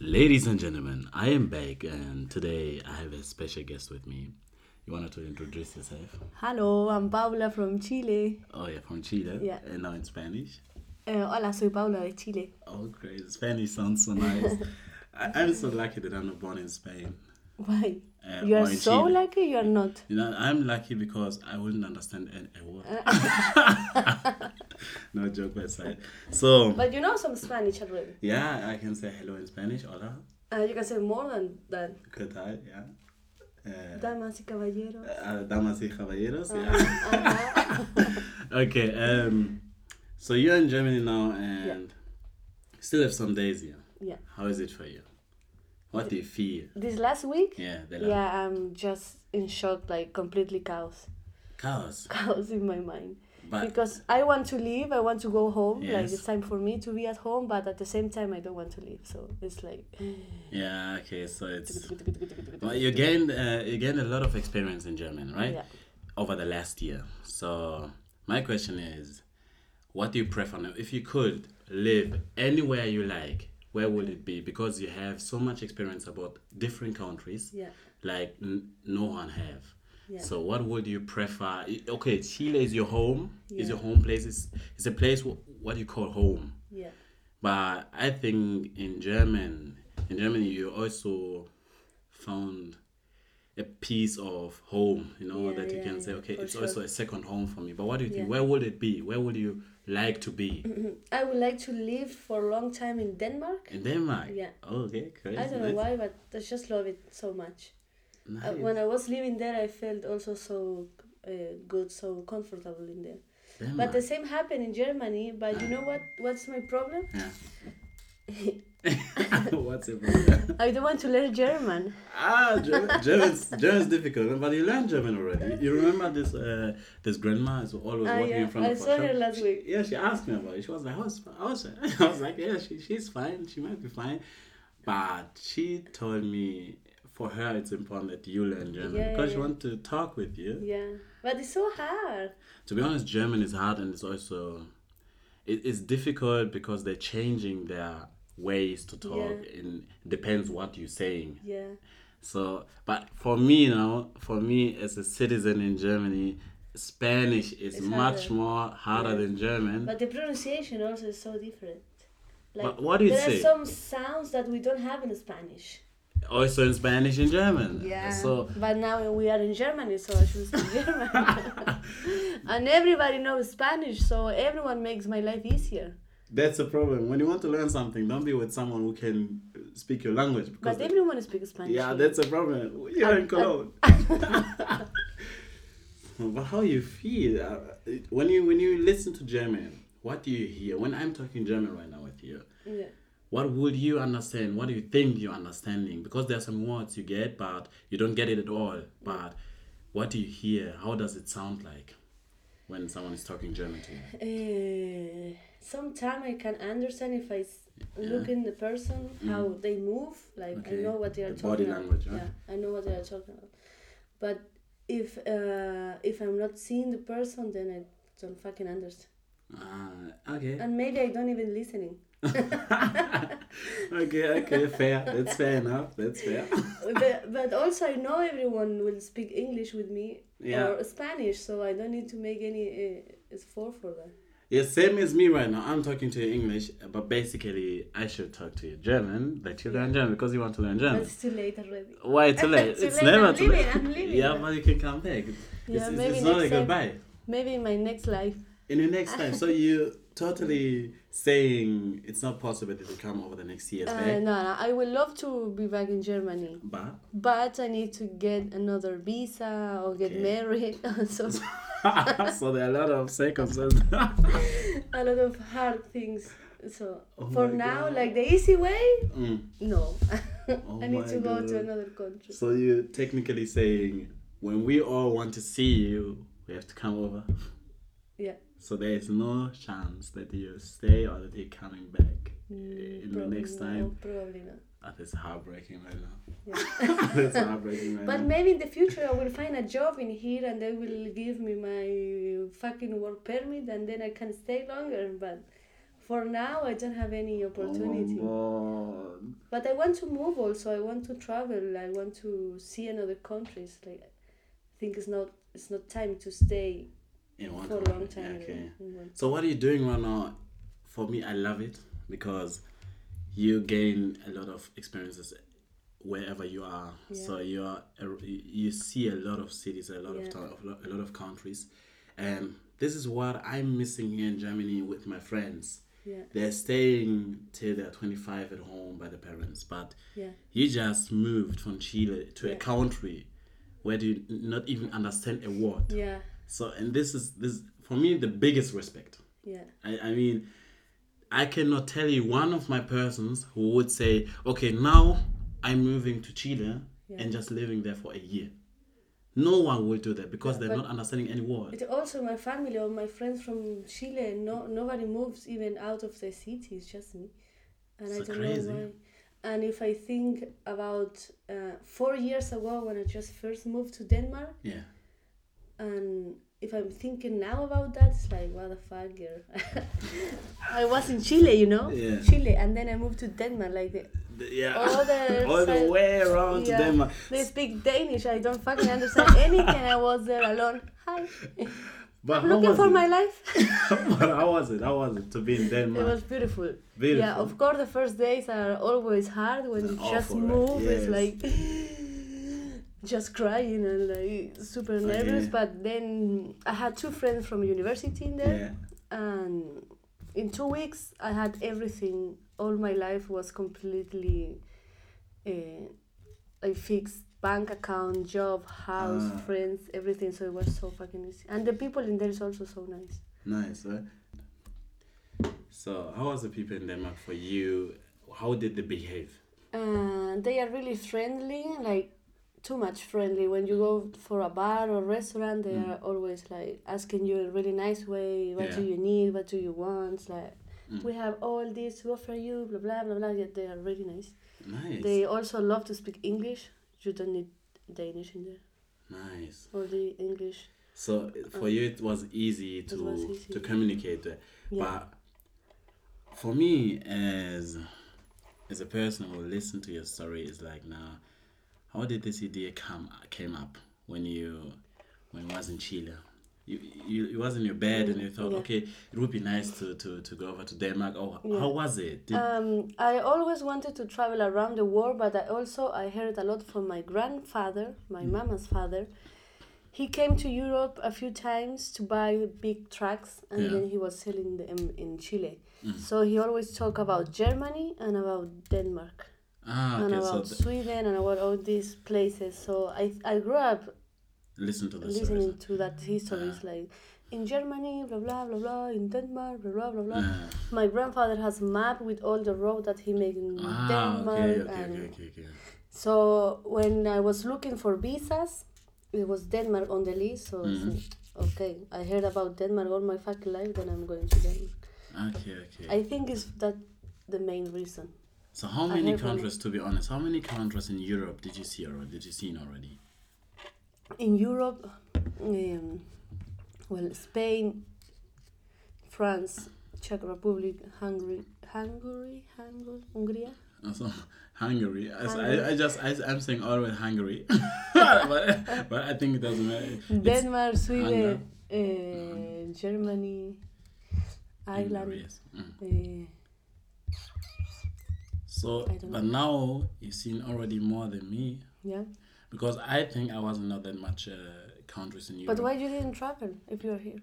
Ladies and gentlemen, I am back, and today I have a special guest with me. You wanted to introduce yourself? Hello, I'm Paula from Chile. Oh, yeah, from Chile. Yeah. And now in Spanish. Eh, hola, soy Paula de Chile. Oh, great. Spanish sounds so nice. I, I'm so lucky that I'm not born in Spain. Why? Eh, you are or in so Chile. lucky you are not. You know, I'm lucky because I wouldn't understand a, a word. no joke aside. So, But you know some Spanish already. yeah, I can say hello in Spanish. Hola. Uh, you can say more than that. Could I? Yeah. Uh, Damas y caballeros. Uh, damas y caballeros. Yeah. okay. Um, so you're in Germany now and still have some days here. Yeah. How is it for you? What do you feel? This last week? Yeah, the Yeah, like I'm just in shock, like completely chaos. cows. Chaos in my mind. But Because I want to leave, I want to go home. Like Yes. it's time for me to be at home, but at the same time I don't want to leave. So it's like yeah, okay. So it's well, you gained uh, you gained a lot of experience in German, right? Yeah. Over the last year. So my question is, what do you prefer now? If you could live anywhere you like, where would it be? Because you have so much experience about different countries. Yeah. like n- no one have. Yeah. So what would you prefer? I- Okay, Chile is your home. Is Yeah. your home place? It's, it's a place wh- what you call home. Yeah. But I think in German, in Germany, you also found a piece of home. You know Yeah, that you yeah, can say, yeah, okay, for it's sure. also a second home for me. But what do you think? Yeah. Where would it be? Where would you like to be I would like to live for a long time in Denmark. in Denmark? Yeah. Okay, crazy. I don't know why, but I just love it so much. Nice. Uh, when I was living there, I felt also so uh, good, so comfortable in there. Denmark. But the same happened in Germany. But you know what? What's my problem? Yeah. What's it? about? I don't want to learn German. Ah, German, German's, German's difficult, but you learned German already. You remember this uh, this grandma is always Ah, walking yeah. in front I of saw shop. her last She- week. Yeah, she asked me about it. She was like, "How's how's her?" I was like, "Yeah, she, she's fine. She might be fine," but she told me for her it's important that you learn German Yeah, because yeah, she yeah. wants to talk with you. Yeah, but it's so hard. To be honest, German is hard and it's also it, it's difficult because they're changing their ways to talk and depends what you're saying Yeah, so, but for me now, for me as a citizen in Germany, Spanish is It's much harder. more harder Yeah. than German. but the pronunciation also is so different. Like But what do you there say? are some sounds that we don't have in Spanish. also in Spanish and German. So But now we are in Germany, so I should speak German. and everybody knows Spanish, so everyone makes my life easier. that's a problem. When you want to learn something, don't be with someone who can speak your language. Because But everyone speaks Spanish. yeah, here. that's a problem. You're in Cologne. but how you feel uh, when you when you listen to German? What do you hear when I'm talking German right now with you? Yeah. what would you understand? What do you think you're understanding? Because there are some words you get, but you don't get it at all. But what do you hear? How does it sound like when someone is talking German to you? Uh, sometimes I can understand if I s- look in the person how they move. Like Okay. I know what they are The body talking language, about. right? Yeah, I know what they are talking about. But if uh, if I'm not seeing the person, then I don't fucking understand. Uh, Ah, okay. And maybe I don't even listening. okay, okay, fair. That's fair enough. That's fair. but, but also I know everyone will speak English with me Yeah. or Spanish, so I don't need to make any uh, effort for that. Yeah, same as me right now. I'm talking to you English, but basically I should talk to you German, that you learn German because you want to learn But German. it's too late already. Why too late? Too it's late, never I'm too late. leaving, I'm leaving yeah, now. but you can come back. It's, it's, maybe it's not a next time. goodbye. Maybe in my next life. In the next time, so you totally saying it's not possible that you come over the next years, Uh, back, no, no, I would love to be back in Germany, but but I need to get another visa or get Okay. married. so so there are a lot of circumstances. a lot of hard things. So Oh for my now, God. like the easy way, Mm. no. Oh I need my to go to God. another country. So you technically saying when we all want to see you, we have to come over. Yeah. So there is no chance that you stay or that you're coming back in the Mm, Probably next no, time. probably not. That is heartbreaking right now. That's heartbreaking right But now. maybe in the future I will find a job in here and they will give me my fucking work permit and then I can stay longer. But for now I don't have any Oh opportunity. my God. But I want to move also. I want to travel. I want to see another countries. Like, I think it's not it's not time to stay in one for a country. long time. Yeah, Okay. in one- So what are you doing right now? For me, I love it because you gain a lot of experiences wherever you are. So you are you see a lot of cities, a lot Yeah. of town, a lot of countries, and this is what I'm missing here in Germany with my friends. Yeah, They're staying till they're 25 at home by the parents, but yeah, you just moved from Chile to a Yeah. country where you not even understand a word. yeah, So, and this is this for me the biggest respect. yeah, I, I mean, I cannot tell you one of my persons who would say, okay, now I'm moving to Chile Yeah. and just living there for a year. No one will do that because they're But- not understanding any word. But also my family or my friends from Chile, no, nobody moves even out of the city. It's just me, and So I don't crazy. know why. And if I think about uh, four years ago when I just first moved to Denmark, Yeah. and if I'm thinking now about that, it's like what the fuck, girl. I was in Chile, you know, Yeah. Chile, and then I moved to Denmark. Like the, The- yeah. All the All the side- way around yeah, to Denmark. they speak Danish. I don't fucking understand anything. I was there alone. Hi, But I'm how looking was for it? my life. but how was it? How was it to be in It Denmark? was beautiful. Beautiful. Yeah, of course, the first days are always hard when you just Awful, right? move. It's Yes. like just crying and like super nervous. yeah. But then I had two friends from university in there, yeah. and in two weeks I had everything. All my life was completely uh, like fixed. Bank account, job, house, Ah. friends, everything. So it was so fucking easy. And the people in there is also so nice. Nice, right? So, how was the people in Denmark for you? How did they behave? Uh, they are really friendly, like too much friendly. When you go for a bar or restaurant, they Mm. are always like asking you in a really nice way, what do Yeah. you need, what do you want, like Mm. we have all this to offer you, blah blah blah blah. Yeah, they are really nice. Nice. They also love to speak English. You don't need Danish in there. Nice. Only English. So for you, it was easy to was easy. to communicate. uh, Yeah. But for me, as as a person who listened to your story, it's like now, how did this idea come came up when you when you was in Chile? You, you you was in your bed and you thought, Yeah. okay, it would be nice to, to, to go over to Denmark. Oh, how was it? Did, Um, I always wanted to travel around the world, but I also I heard a lot from my grandfather, my Mm. mama's father. He came to Europe a few times to buy big trucks, and Yeah. Mm. then he was selling them in Chile. So he always talked about Germany and about Denmark ah, and okay. So about th- Sweden and about all these places. So I I grew up listen to the story. listening to that histories like in Germany, blah blah blah blah, in Denmark, blah blah blah blah. Ah, My grandfather has a map with all the road that he made in ah, Denmark. okay, okay, and okay, okay, okay. So when I was looking for visas, it was Denmark on the list. So Mm-hmm. I said, okay, I heard about Denmark all my fucking life, then I'm going to Denmark. Okay, okay. I think it's that the main reason. So how many have one. countries, to be honest, how many countries in Europe did you see already? Did you see already? In Europe, um, well, Spain, France, Czech Republic, Hungary, Hungary, Hungary, Hungary. Also, Hungary. I- I, I Hungary. just I, I'm saying always Hungary, but, but I think it doesn't matter. It's Denmark, Sweden, uh, Germany, Hungary, Ireland. yes. Mm. Uh, So, I don't but now you've seen already more than me yeah. because I think I wasn't not that much uh, countries in Europe. But why you didn't travel if you're here?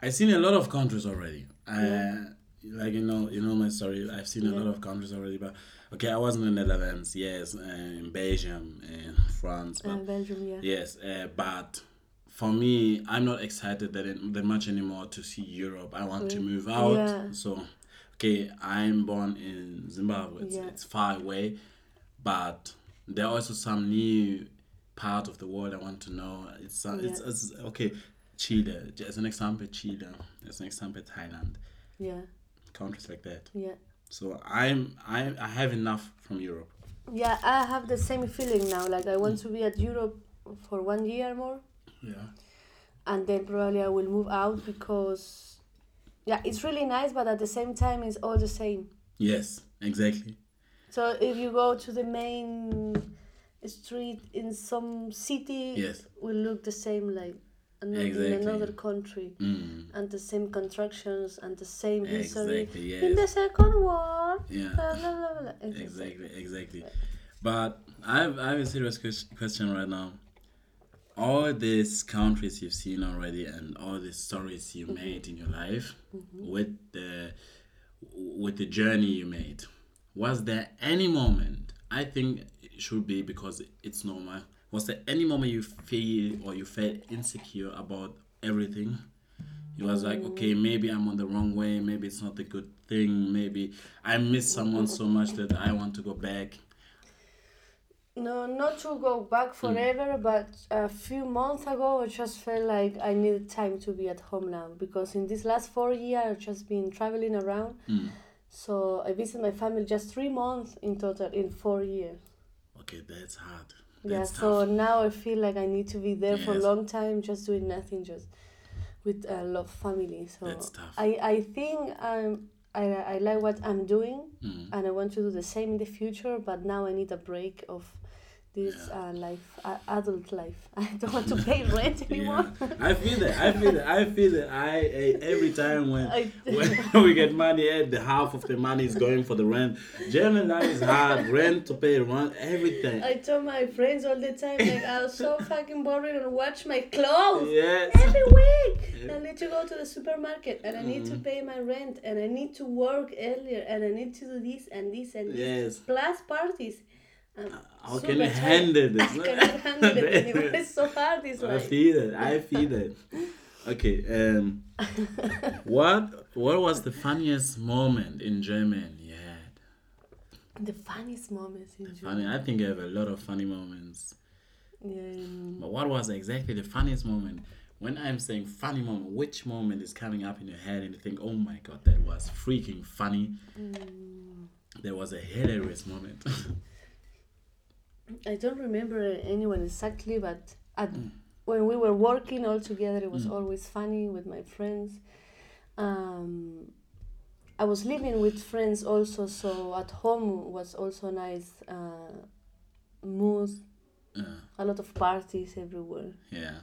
I've seen a lot of countries already. I, Yeah. Like you know, you know my story. I've seen a Yeah. lot of countries already, but okay, I was in the Netherlands, yes, uh, in Belgium, in France, but Uh, Belgium, yeah. Yes, uh, but for me, I'm not excited that, it, that much anymore to see Europe. I want to move out. Mm. Yeah. So, okay, I'm born in Zimbabwe. It's, Yeah. it's far away, but there are also some new part of the world I want to know. It's, uh, it's, Yeah. it's okay. Chile, as an example, Chile. As an example, Thailand. Yeah, Countries like that. yeah. So I'm I I have enough from Europe. Yeah, I have the same feeling now. Like, I want to be at Europe for one year more, Yeah. and then probably I will move out because, yeah, it's really nice, but at the same time, it's all the same. Yes, exactly. So if you go to the main street in some city, Yes. will look the same like an- Exactly. in another country, Mm. and the same constructions and the same history. Exactly. In Yes. the second war, Yeah. blah, blah, blah, blah. Exactly. Exactly, exactly. But I have, I have a serious ques- question right now. All these countries you've seen already and all the stories you made in your life with the with the journey you made, was there any moment? I think it should be because it's normal. Was there any moment you feel or you felt insecure about everything? It was like, okay, maybe I'm on the wrong way. Maybe it's not a good thing. Maybe I miss someone so much that I want to go back. No, not to go back Hmm. forever, but a few months ago, I just felt like I needed time to be at home now because in these last four years, I've just been traveling around. Hmm. So I visit my family just three months in total in four years. Okay, that's hard. yeah, That's so tough. now I feel like I need to be there for a Yes. long time, just doing nothing, just with a lot of family. So That's tough. I, I think I'm, I, I like what I'm doing Mm. and I want to do the same in the future, but now I need a break of this uh, life, uh, adult life. I don't want to pay rent anymore. Yeah. I feel that. I feel that. I feel that. I, I every time when I- when we get money, eh, the half of the money is going for the rent. German life is hard. Rent to pay, rent everything. I tell my friends all the time, like, I'm so fucking boring and watch my clothes. yes. Every week, Yeah. Mm-hmm. I need to go to the supermarket and I need to pay my rent and I need to work earlier and I need to do this and this and this. Yes. Plus parties. Um, How so can you much- handle this? I cannot handle it anymore. It's so hard. It's I like feel it. I feel it. Okay. Um, what what was the funniest moment in German? Yeah, the funniest moments in June. funny. I think I have a lot of funny moments. Yeah. But what was exactly the funniest moment? When I'm saying funny moment, which moment is coming up in your head and you think, oh my god, that was freaking funny? Mm. There was a hilarious moment. I don't remember anyone exactly, but at, when we were working all together, it was always funny with my friends. Um, I was living with friends also, so at home was also nice uh, mood, uh, a lot of parties everywhere. yeah.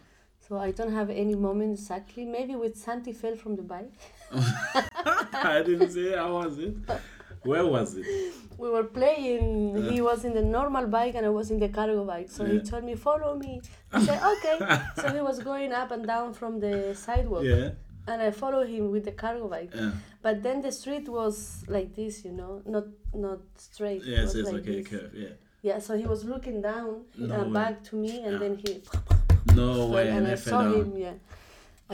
So I don't have any moment exactly. Maybe with Santi fell from the bike. I didn't say how was it. Where was it? We were playing. He was in the normal bike and I was in the cargo bike. So he Yeah. told me, "Follow me." I said, "Okay." so he was going up and down from the sidewalk, Yeah. uh, and I followed him with the cargo bike. yeah. But then the street was like this, you know, not not straight. It Yes, was yes, like okay, this. curve, yeah. Yeah. So he was looking down No uh, way. back to me, and Yeah. then he No way, and, and I I saw fell down. uh, him. Yeah,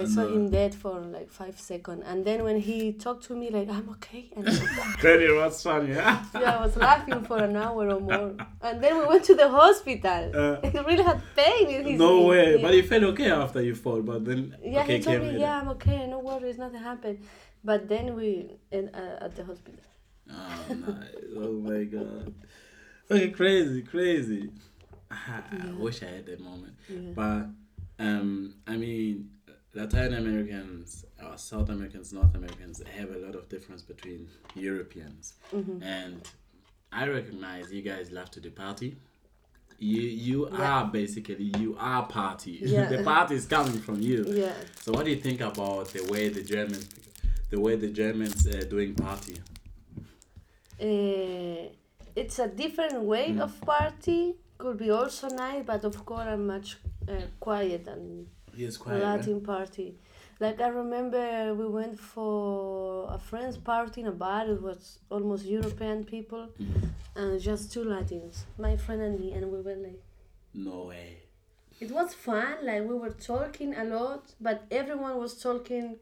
I saw no. him dead for like five seconds, and then when he talked to me, like I'm okay, and Then it was funny, yeah? yeah, I was laughing for an hour or more, and then we went to the hospital. Uh, he really had pain in his no knee. way, Yeah. but you felt okay after you fall, but then. yeah, okay, he told came me, later. yeah, I'm okay, no worries, nothing happened. But then we in, uh, at the hospital. Oh, nice. oh my god. Okay, crazy, crazy. Ah, I wish I had that moment. But um, I mean, Latin Americans or South Americans, North Americans have a lot of difference between Europeans, Mm-hmm. and I recognize you guys love to the party. You you are basically you are party. Yeah. the party is coming from you. Yeah, So what do you think about the way the Germans, the way the Germans uh, doing party? uh, it's a different way Mm. of party. Could be also nice, but of course I'm much uh, quiet and He is quiet. right? Latin party. Like I remember we went for a friend's party in a bar. It was almost European people Mm-hmm. and just two Latins, my friend and me, and we were like. No way. It was fun. Like we were talking a lot, but everyone was talking.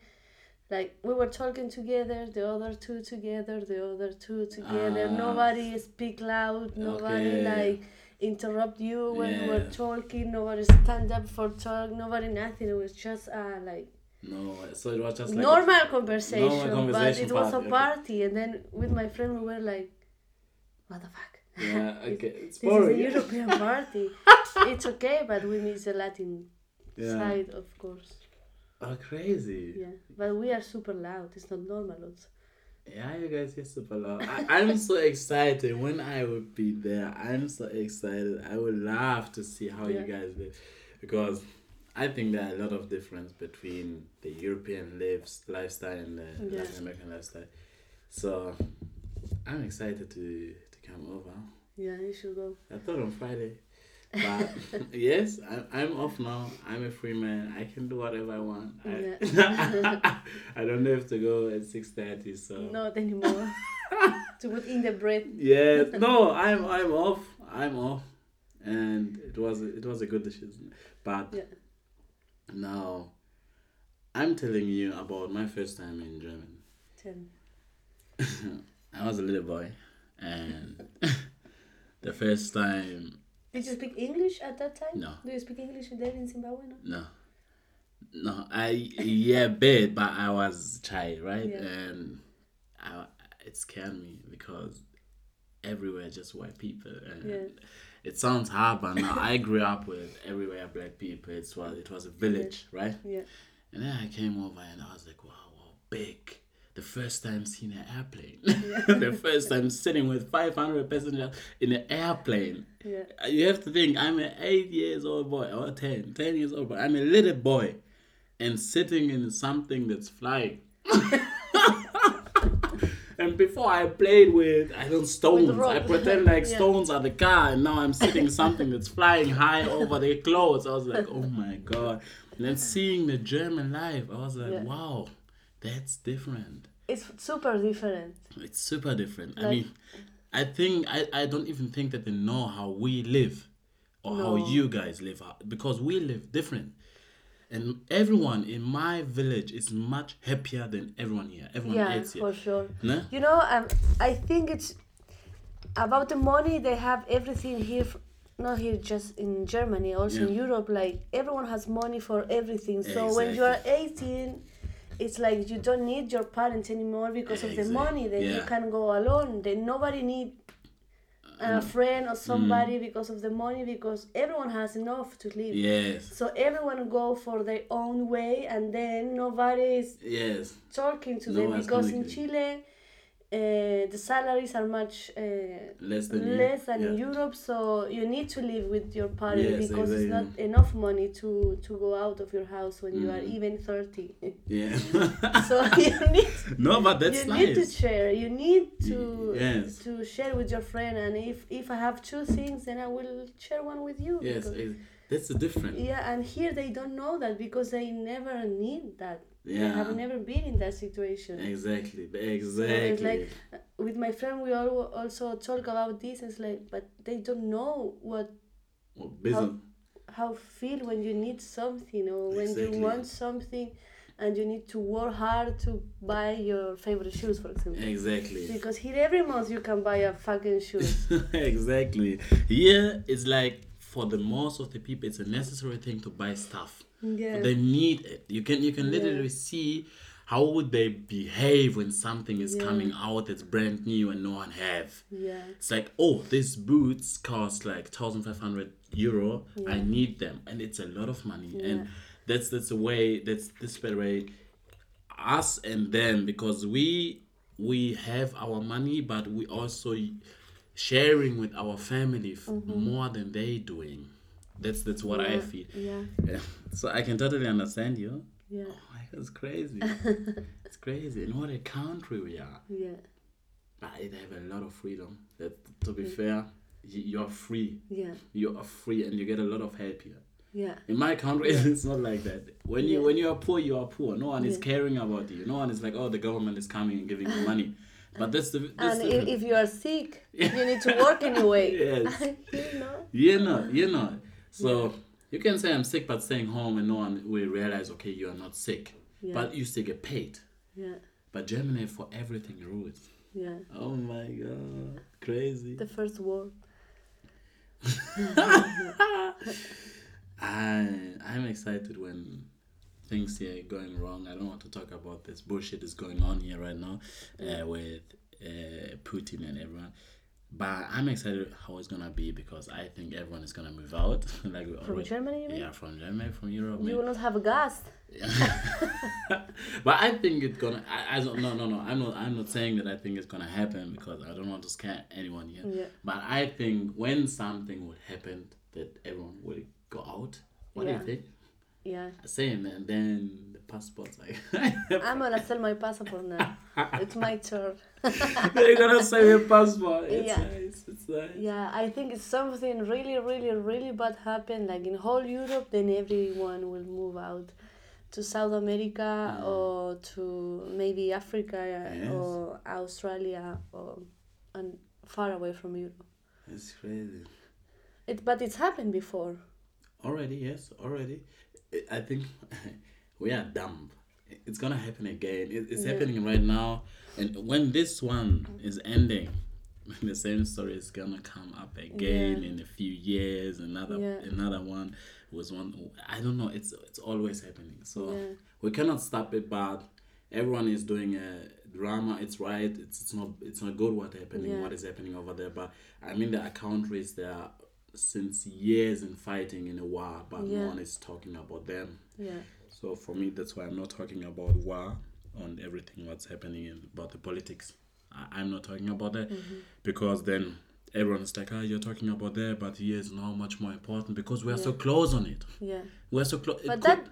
Like we were talking together, the other two together, the other two together. Ah. Nobody speak loud. Nobody Okay. like interrupt you when you were Yeah. talking. Nobody stand up for talk. Nobody nothing. It was just uh, like No way. So it was just like normal conversation, but conversation it was party, a okay. party. And then with my friend, we were like, "What the fuck? Yeah, okay. It's This is a boring. European party. it's okay, but we miss the Latin Yeah. side, of course. Oh, crazy. Yeah, but we are super loud. It's not normal. Also. Yeah, you guys get super loud. I, I'm so excited. When I would be there, I'm so excited. I would love to see how you Yeah. guys live. Because I think there are a lot of difference between the European lives, lifestyle and the Yeah. Latin American lifestyle. So I'm excited to, to come over. Yeah, you should go. I thought on Friday. But yes, I, I'm off now. I'm a free man. I can do whatever I want. I, Yeah. I don't have to go at 6.30, so... Not anymore. to put in the breath. Yes. No, I'm I'm off. I'm off. And it was it was a good decision. But Yeah. now I'm telling you about my first time in Germany. Tell me. I was a little boy and the first time Did you speak English at that time? no, Do you speak English there in Zimbabwe? No. no. No, I yeah, bit, but I was child, right? Yeah. And I it scared me because everywhere just white people and Yeah. it sounds hard, but now I grew up with everywhere black people. It was it was a village, right? Yeah. And then I came over and I was like, wow, wow, big. The first time seeing an airplane. the first time sitting with five hundred passengers in an airplane. Yeah. You have to think I'm an eight years old boy or 10, 10 years old boy. I'm a little boy, and sitting in something that's flying. And before I played with, I don't stones. I rock. pretend like Yeah. stones are the car, and now I'm sitting something that's flying high over the clothes. I was like, oh my god! And then seeing the German life, I was like, Yeah. wow, that's different. It's super different. It's super different. I Like- mean, I think I, I don't even think that they know how we live or No. how you guys live how- because we live different. And everyone in my village is much happier than everyone here. Everyone yeah, hates for here. sure. No? You know, um, I think it's about the money. They have everything here, f- not here, just in Germany, also in Yeah. Europe. Like everyone has money for everything. So when you are eighteen, it's like you don't need your parents anymore because of the Exactly. money. Then you Yeah. can go alone. Then nobody need Mm. a friend or somebody because of the money because everyone has enough to live. Yes. So everyone go for their own way, and then nobody is Yes. talking to No them one's because in communicating. Chile uh, the salaries are much uh, Less than you. less than Yeah. in Europe, so you need to live with your parents Yes, because it's not exactly. enough money to to go out of your house when you are Mm. even thirty. Yeah. so you need no, but that's you nice. need to share. You need to yes. to share with your friend, and if if I have two things, then I will share one with you. yes. because- It, that's the difference. yeah, and here they don't know that because they never need that. They Yeah. have never been in that situation. Exactly. So it's Exactly. like uh, with my friend, we all also talk about this. It's like, but they don't know what Well, business. how feel when you need something or when Exactly. you want something, and you need to work hard to buy your favorite shoes, for example. Exactly. Because here every month you can buy a fucking shoe. exactly. Here it's like for the most of the people, it's a necessary thing to buy stuff. yeah. They need it. You can you can literally see how would they behave when something is Yeah. coming out that's brand new and no one have. yeah. It's like oh, these boots cost like thousand five hundred euro. I need them, and it's a lot of money. And that's that's the way that's this better way us and them because we we have our money but we also sharing with our family f- more than they doing that's that's what i Yeah. feel Yeah. Yeah. so i can totally understand you Yeah. oh my god it's crazy it's crazy and what a country we are Yeah. but they have a lot of freedom that to be Mm. fair y- you're free Yeah. you are free and you get a lot of help here Yeah. in my country, it's not like that. When you Yeah. when you are poor, you are poor. No one is Yeah. caring about you. No one is like, oh, the government is coming and giving you money. But that's the that's And the, if, if you are sick, you need to work anyway. Yes. you know? you know you know. So you can say I'm sick, but staying home and no one will realize. Okay, you are not sick, Yeah. but you still get paid. Yeah. But Germany for everything rules. Yeah. Oh my god, crazy. The first war. I I'm excited when things here are going wrong. I don't want to talk about this bullshit is going on here right now uh, with uh, Putin and everyone. But I'm excited how it's gonna be because I think everyone is gonna move out. like we From always Germany, you mean? Yeah, from Germany, from Europe. You maybe. will not have a gas. but I think it's gonna. I, I don't. No, no, no. I'm not. I'm not saying that I think it's gonna happen because I don't want to scare anyone here. Yeah. But I think when something would happen, that everyone will go out. What Yeah. do you think? Yeah. Same, and then the passports like I'm gonna sell my passport now. it's my turn. they're gonna sell your passport. It's Yeah. nice. It's nice. Yeah, I think it's something really, really, really bad happened. Like in whole Europe, then everyone will move out to South America or to maybe Africa Yes. or Australia or and far away from Europe. It's crazy. It, but it's happened before. Already, yes, already. I- I think we are dumb. It's gonna happen again. It, it's Yeah. happening right now, and when this one is ending, the same story is gonna come up again Yeah. in a few years. Another, Yeah. another one was one. I don't know. It's it's always happening. So Yeah. we cannot stop it. But everyone is doing a drama. It's right. It's, it's not. It's not good. What happening? Yeah. What is happening over there? But I mean, there are countries that are since years in fighting in a war, but Yeah. no one is talking about them. Yeah. So for me, that's why I'm not talking about war on everything what's happening and about the politics. I, I'm not talking about that Mm-hmm. because then everyone's like, ah, you're talking about that, but here is now much more important because we are so close on it. Yeah. We're so close. But that-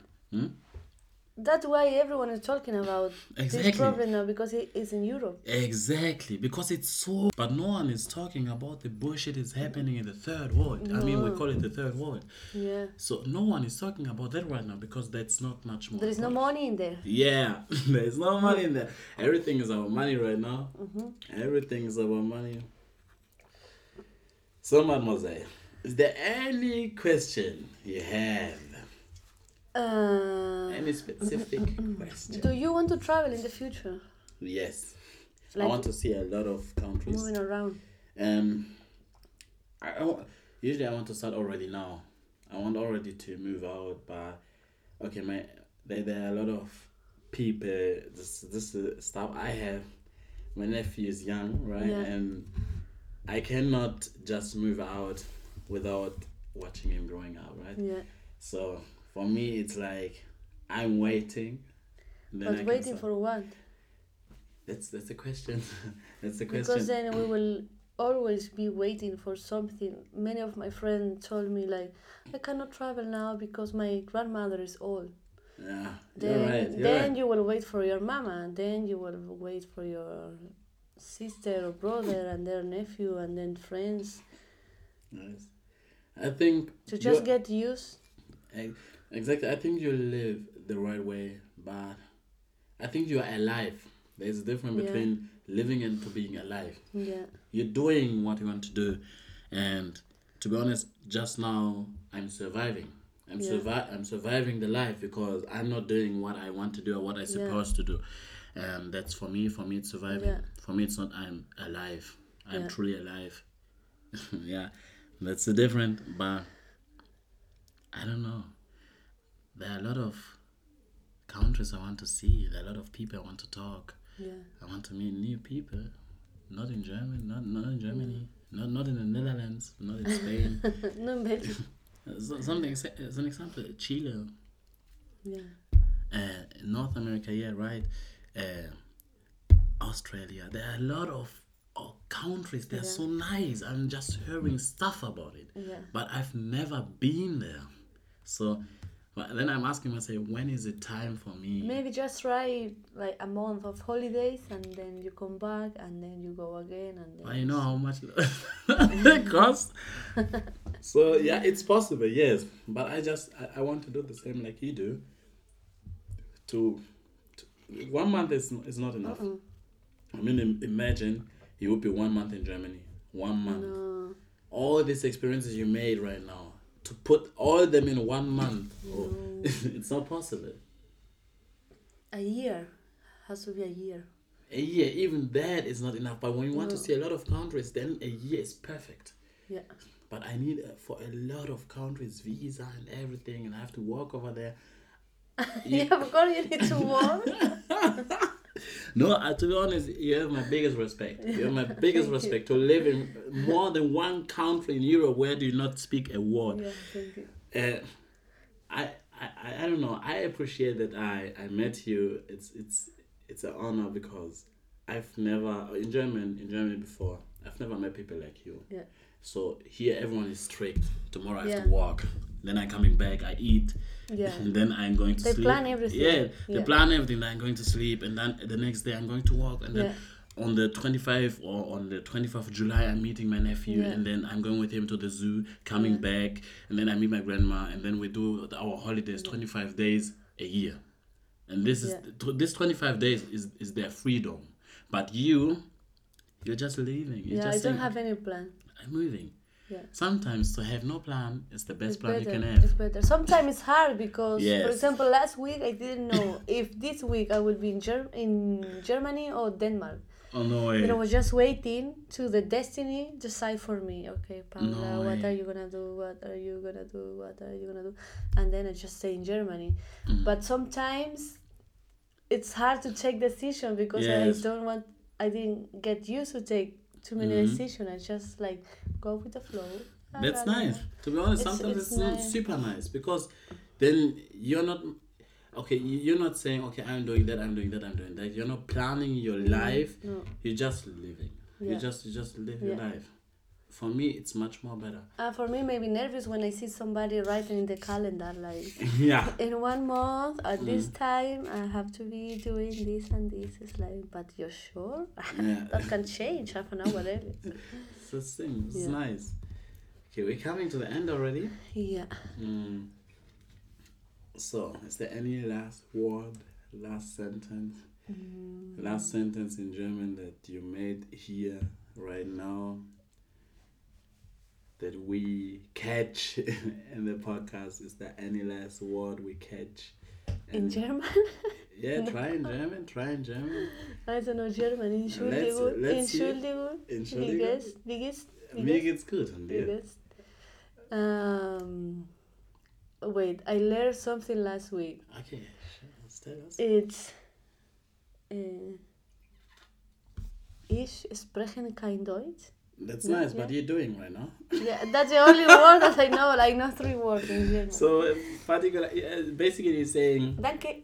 That's why everyone is talking about Exactly. this problem now because it is in Europe. Exactly, because it's so. But no one is talking about the bullshit is happening in the third world. I mean, we No. call it the third world. Yeah. So no one is talking about that right now because that's not much more. There is no important. money in there. Yeah, there's no money in there. Everything is our money right now. Mm-hmm. Everything is our money. So, mademoiselle, is there any question you have? Uh, Any specific Mm-hmm. question? do you want to travel in the future? Yes. I Like- want to see a lot of countries. Moving around. Um, I, I wa- usually I want to start already now. I want already to move out, but okay, my there, there are a lot of people. This this uh, stuff I have. My nephew is young, right? Yeah. And I cannot just move out without watching him growing up, right? Yeah. So for me, it's like I'm waiting. and then I But can waiting start. for what? that's that's the question. that's the question. Because then we will always be waiting for something. Many of my friends told me like, I cannot travel now because my grandmother is old. yeah, Then, you're right. You're then right. you will wait for your mama. Then you will wait for your sister or brother and their nephew and then friends Nice. I think to you're- just get used. Ex- Exactly. I think you live the right way, but I think you are alive. There's a difference Yeah. between living and to being alive. Yeah. You're doing what you want to do, and to be honest, just now I'm surviving. I'm Yeah. survi- I'm surviving the life because I'm not doing what I want to do or what I supposed to do, and that's for me. For me, it's surviving. Yeah. For me, it's not. I'm alive. I'm Yeah. truly alive. yeah, that's the difference. But I don't know. There are a lot of countries I want to see. There are a lot of people I want to talk. Yeah. I want to meet new people. Not in Germany, not not in Germany, not not in the Netherlands, not in Spain. no, maybe. Uh, so, something as an example, Chile, Yeah. uh, North America. Yeah, right. Uh, Australia. There are a lot of of countries. They're so nice. I'm just hearing stuff about it, Yeah. but I've never been there. So, but then I'm asking myself, when is it time for me? Maybe just try like a month of holidays and then you come back and then you go again and then Well, you know how much it costs. so yeah, it's possible, yes. But I just I, I want to do the same like you do. To, to one month is is not enough. I mean, im- imagine you would be one month in Germany, one month. No. All these experiences you made right now to put all them in one month, oh, it's not possible. A year has to be a year. A year, even that is not enough. But when you want to see a lot of countries, then a year is perfect. Yeah. but I need uh, for a lot of countries visa and everything, and I have to walk over there. Yeah, because you need to work. No, uh, to be honest, you have my biggest respect. You have my biggest Thank you. respect to live in more than one country in Europe where do you not speak a word. Yeah, thank you. Uh, I, I I- I don't know. I appreciate that I I met you. It's it's it's an honor because I've never in German in Germany before. I've never met people like you. Yeah. So here everyone is strict. Tomorrow I have Yeah. to work. Then I'm coming back. I eat. Yeah. And then I'm going to They sleep. plan everything. Yeah. They Yeah. plan everything. I'm going to sleep, and then the next day I'm going to work, and then. Yeah. On the 25th or on the 24th of July, I'm meeting my nephew, Yeah. and then I'm going with him to the zoo, coming back, and then I meet my grandma, and then we do our holidays 25 days a year. And this is Yeah. th- this 25 days is, is their freedom. But you, you're just leaving. You're Yeah, I just don't saying, have any plan. I'm moving. Yeah. Sometimes to have no plan is the best It's plan better. you can have. It's better. Sometimes it's hard because, Yes. for example, last week I didn't know if this week I would be in, Ger- in Germany or Denmark. Oh no way. But I was just waiting to the destiny decide for me. Okay, Paula, No eh. what way. are you gonna do? What are you gonna do? What are you gonna do? And then I just stay in Germany. Mm. But sometimes it's hard to take decision because Yes. I don't want. I didn't get used to take too many decision. I just like go with the flow. Mm-hmm. That's Blah, blah, nice. blah. To be honest, It's- sometimes it's, it's not nice. super nice because then you're not okay. you- You're not saying okay, I'm doing that, I'm doing that, I'm doing that. You're not planning your life. No. You're just living. You Yeah. just you just live your Yeah. life. For me, it's much more better. Uh, for me, maybe nervous when I see somebody writing in the calendar like yeah. in one month at Mm. this time I have to be doing this and this. It's like, but you're sure Yeah. that can change half an hour eh? early. It's the same. It's Yeah. nice. Okay, we're coming to the end already. Yeah. Mm. So, is there any last word, last sentence, last sentence in German that you made here right now that we catch in the podcast? Is there any last word we catch? In And- German, yeah, try in German. Try in German. I don't know German. Entschuldigung, let's see. Entschuldigung, Entschuldigung. biggest, biggest, Mir biggest, geht's gut und dir? biggest. Um, wait, I learned something last week. Okay, sure, tell us. It's. Uh, ich spreche kein Deutsch. That's Yeah, nice, but yeah. you're doing right now. Yeah, that's the only word that I know. Like no three words in German. So, uh, particular, uh, basically, you're saying Danke.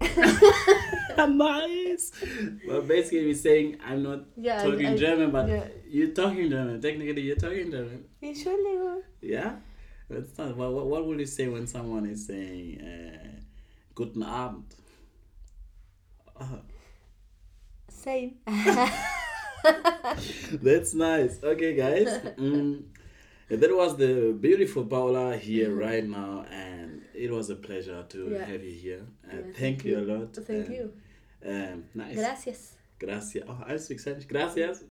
nice. Well, basically, we're saying I'm not Yeah, I- talking I- German, but yeah. you're talking German. Technically, you're talking German. Entschuldigung. Yeah. That's not. What, what, what would you say when someone is saying uh, "Guten Abend"? Oh, Same. that's nice. Okay, guys. Mm. And That was the beautiful Paula here right now, and it was a pleasure to Mm-hmm. Yeah. have you here. Uh, Yeah, thank, you a lot. Thank and, you. Um, nice. Gracias. Gracias. Oh, I speak Spanish. Gracias.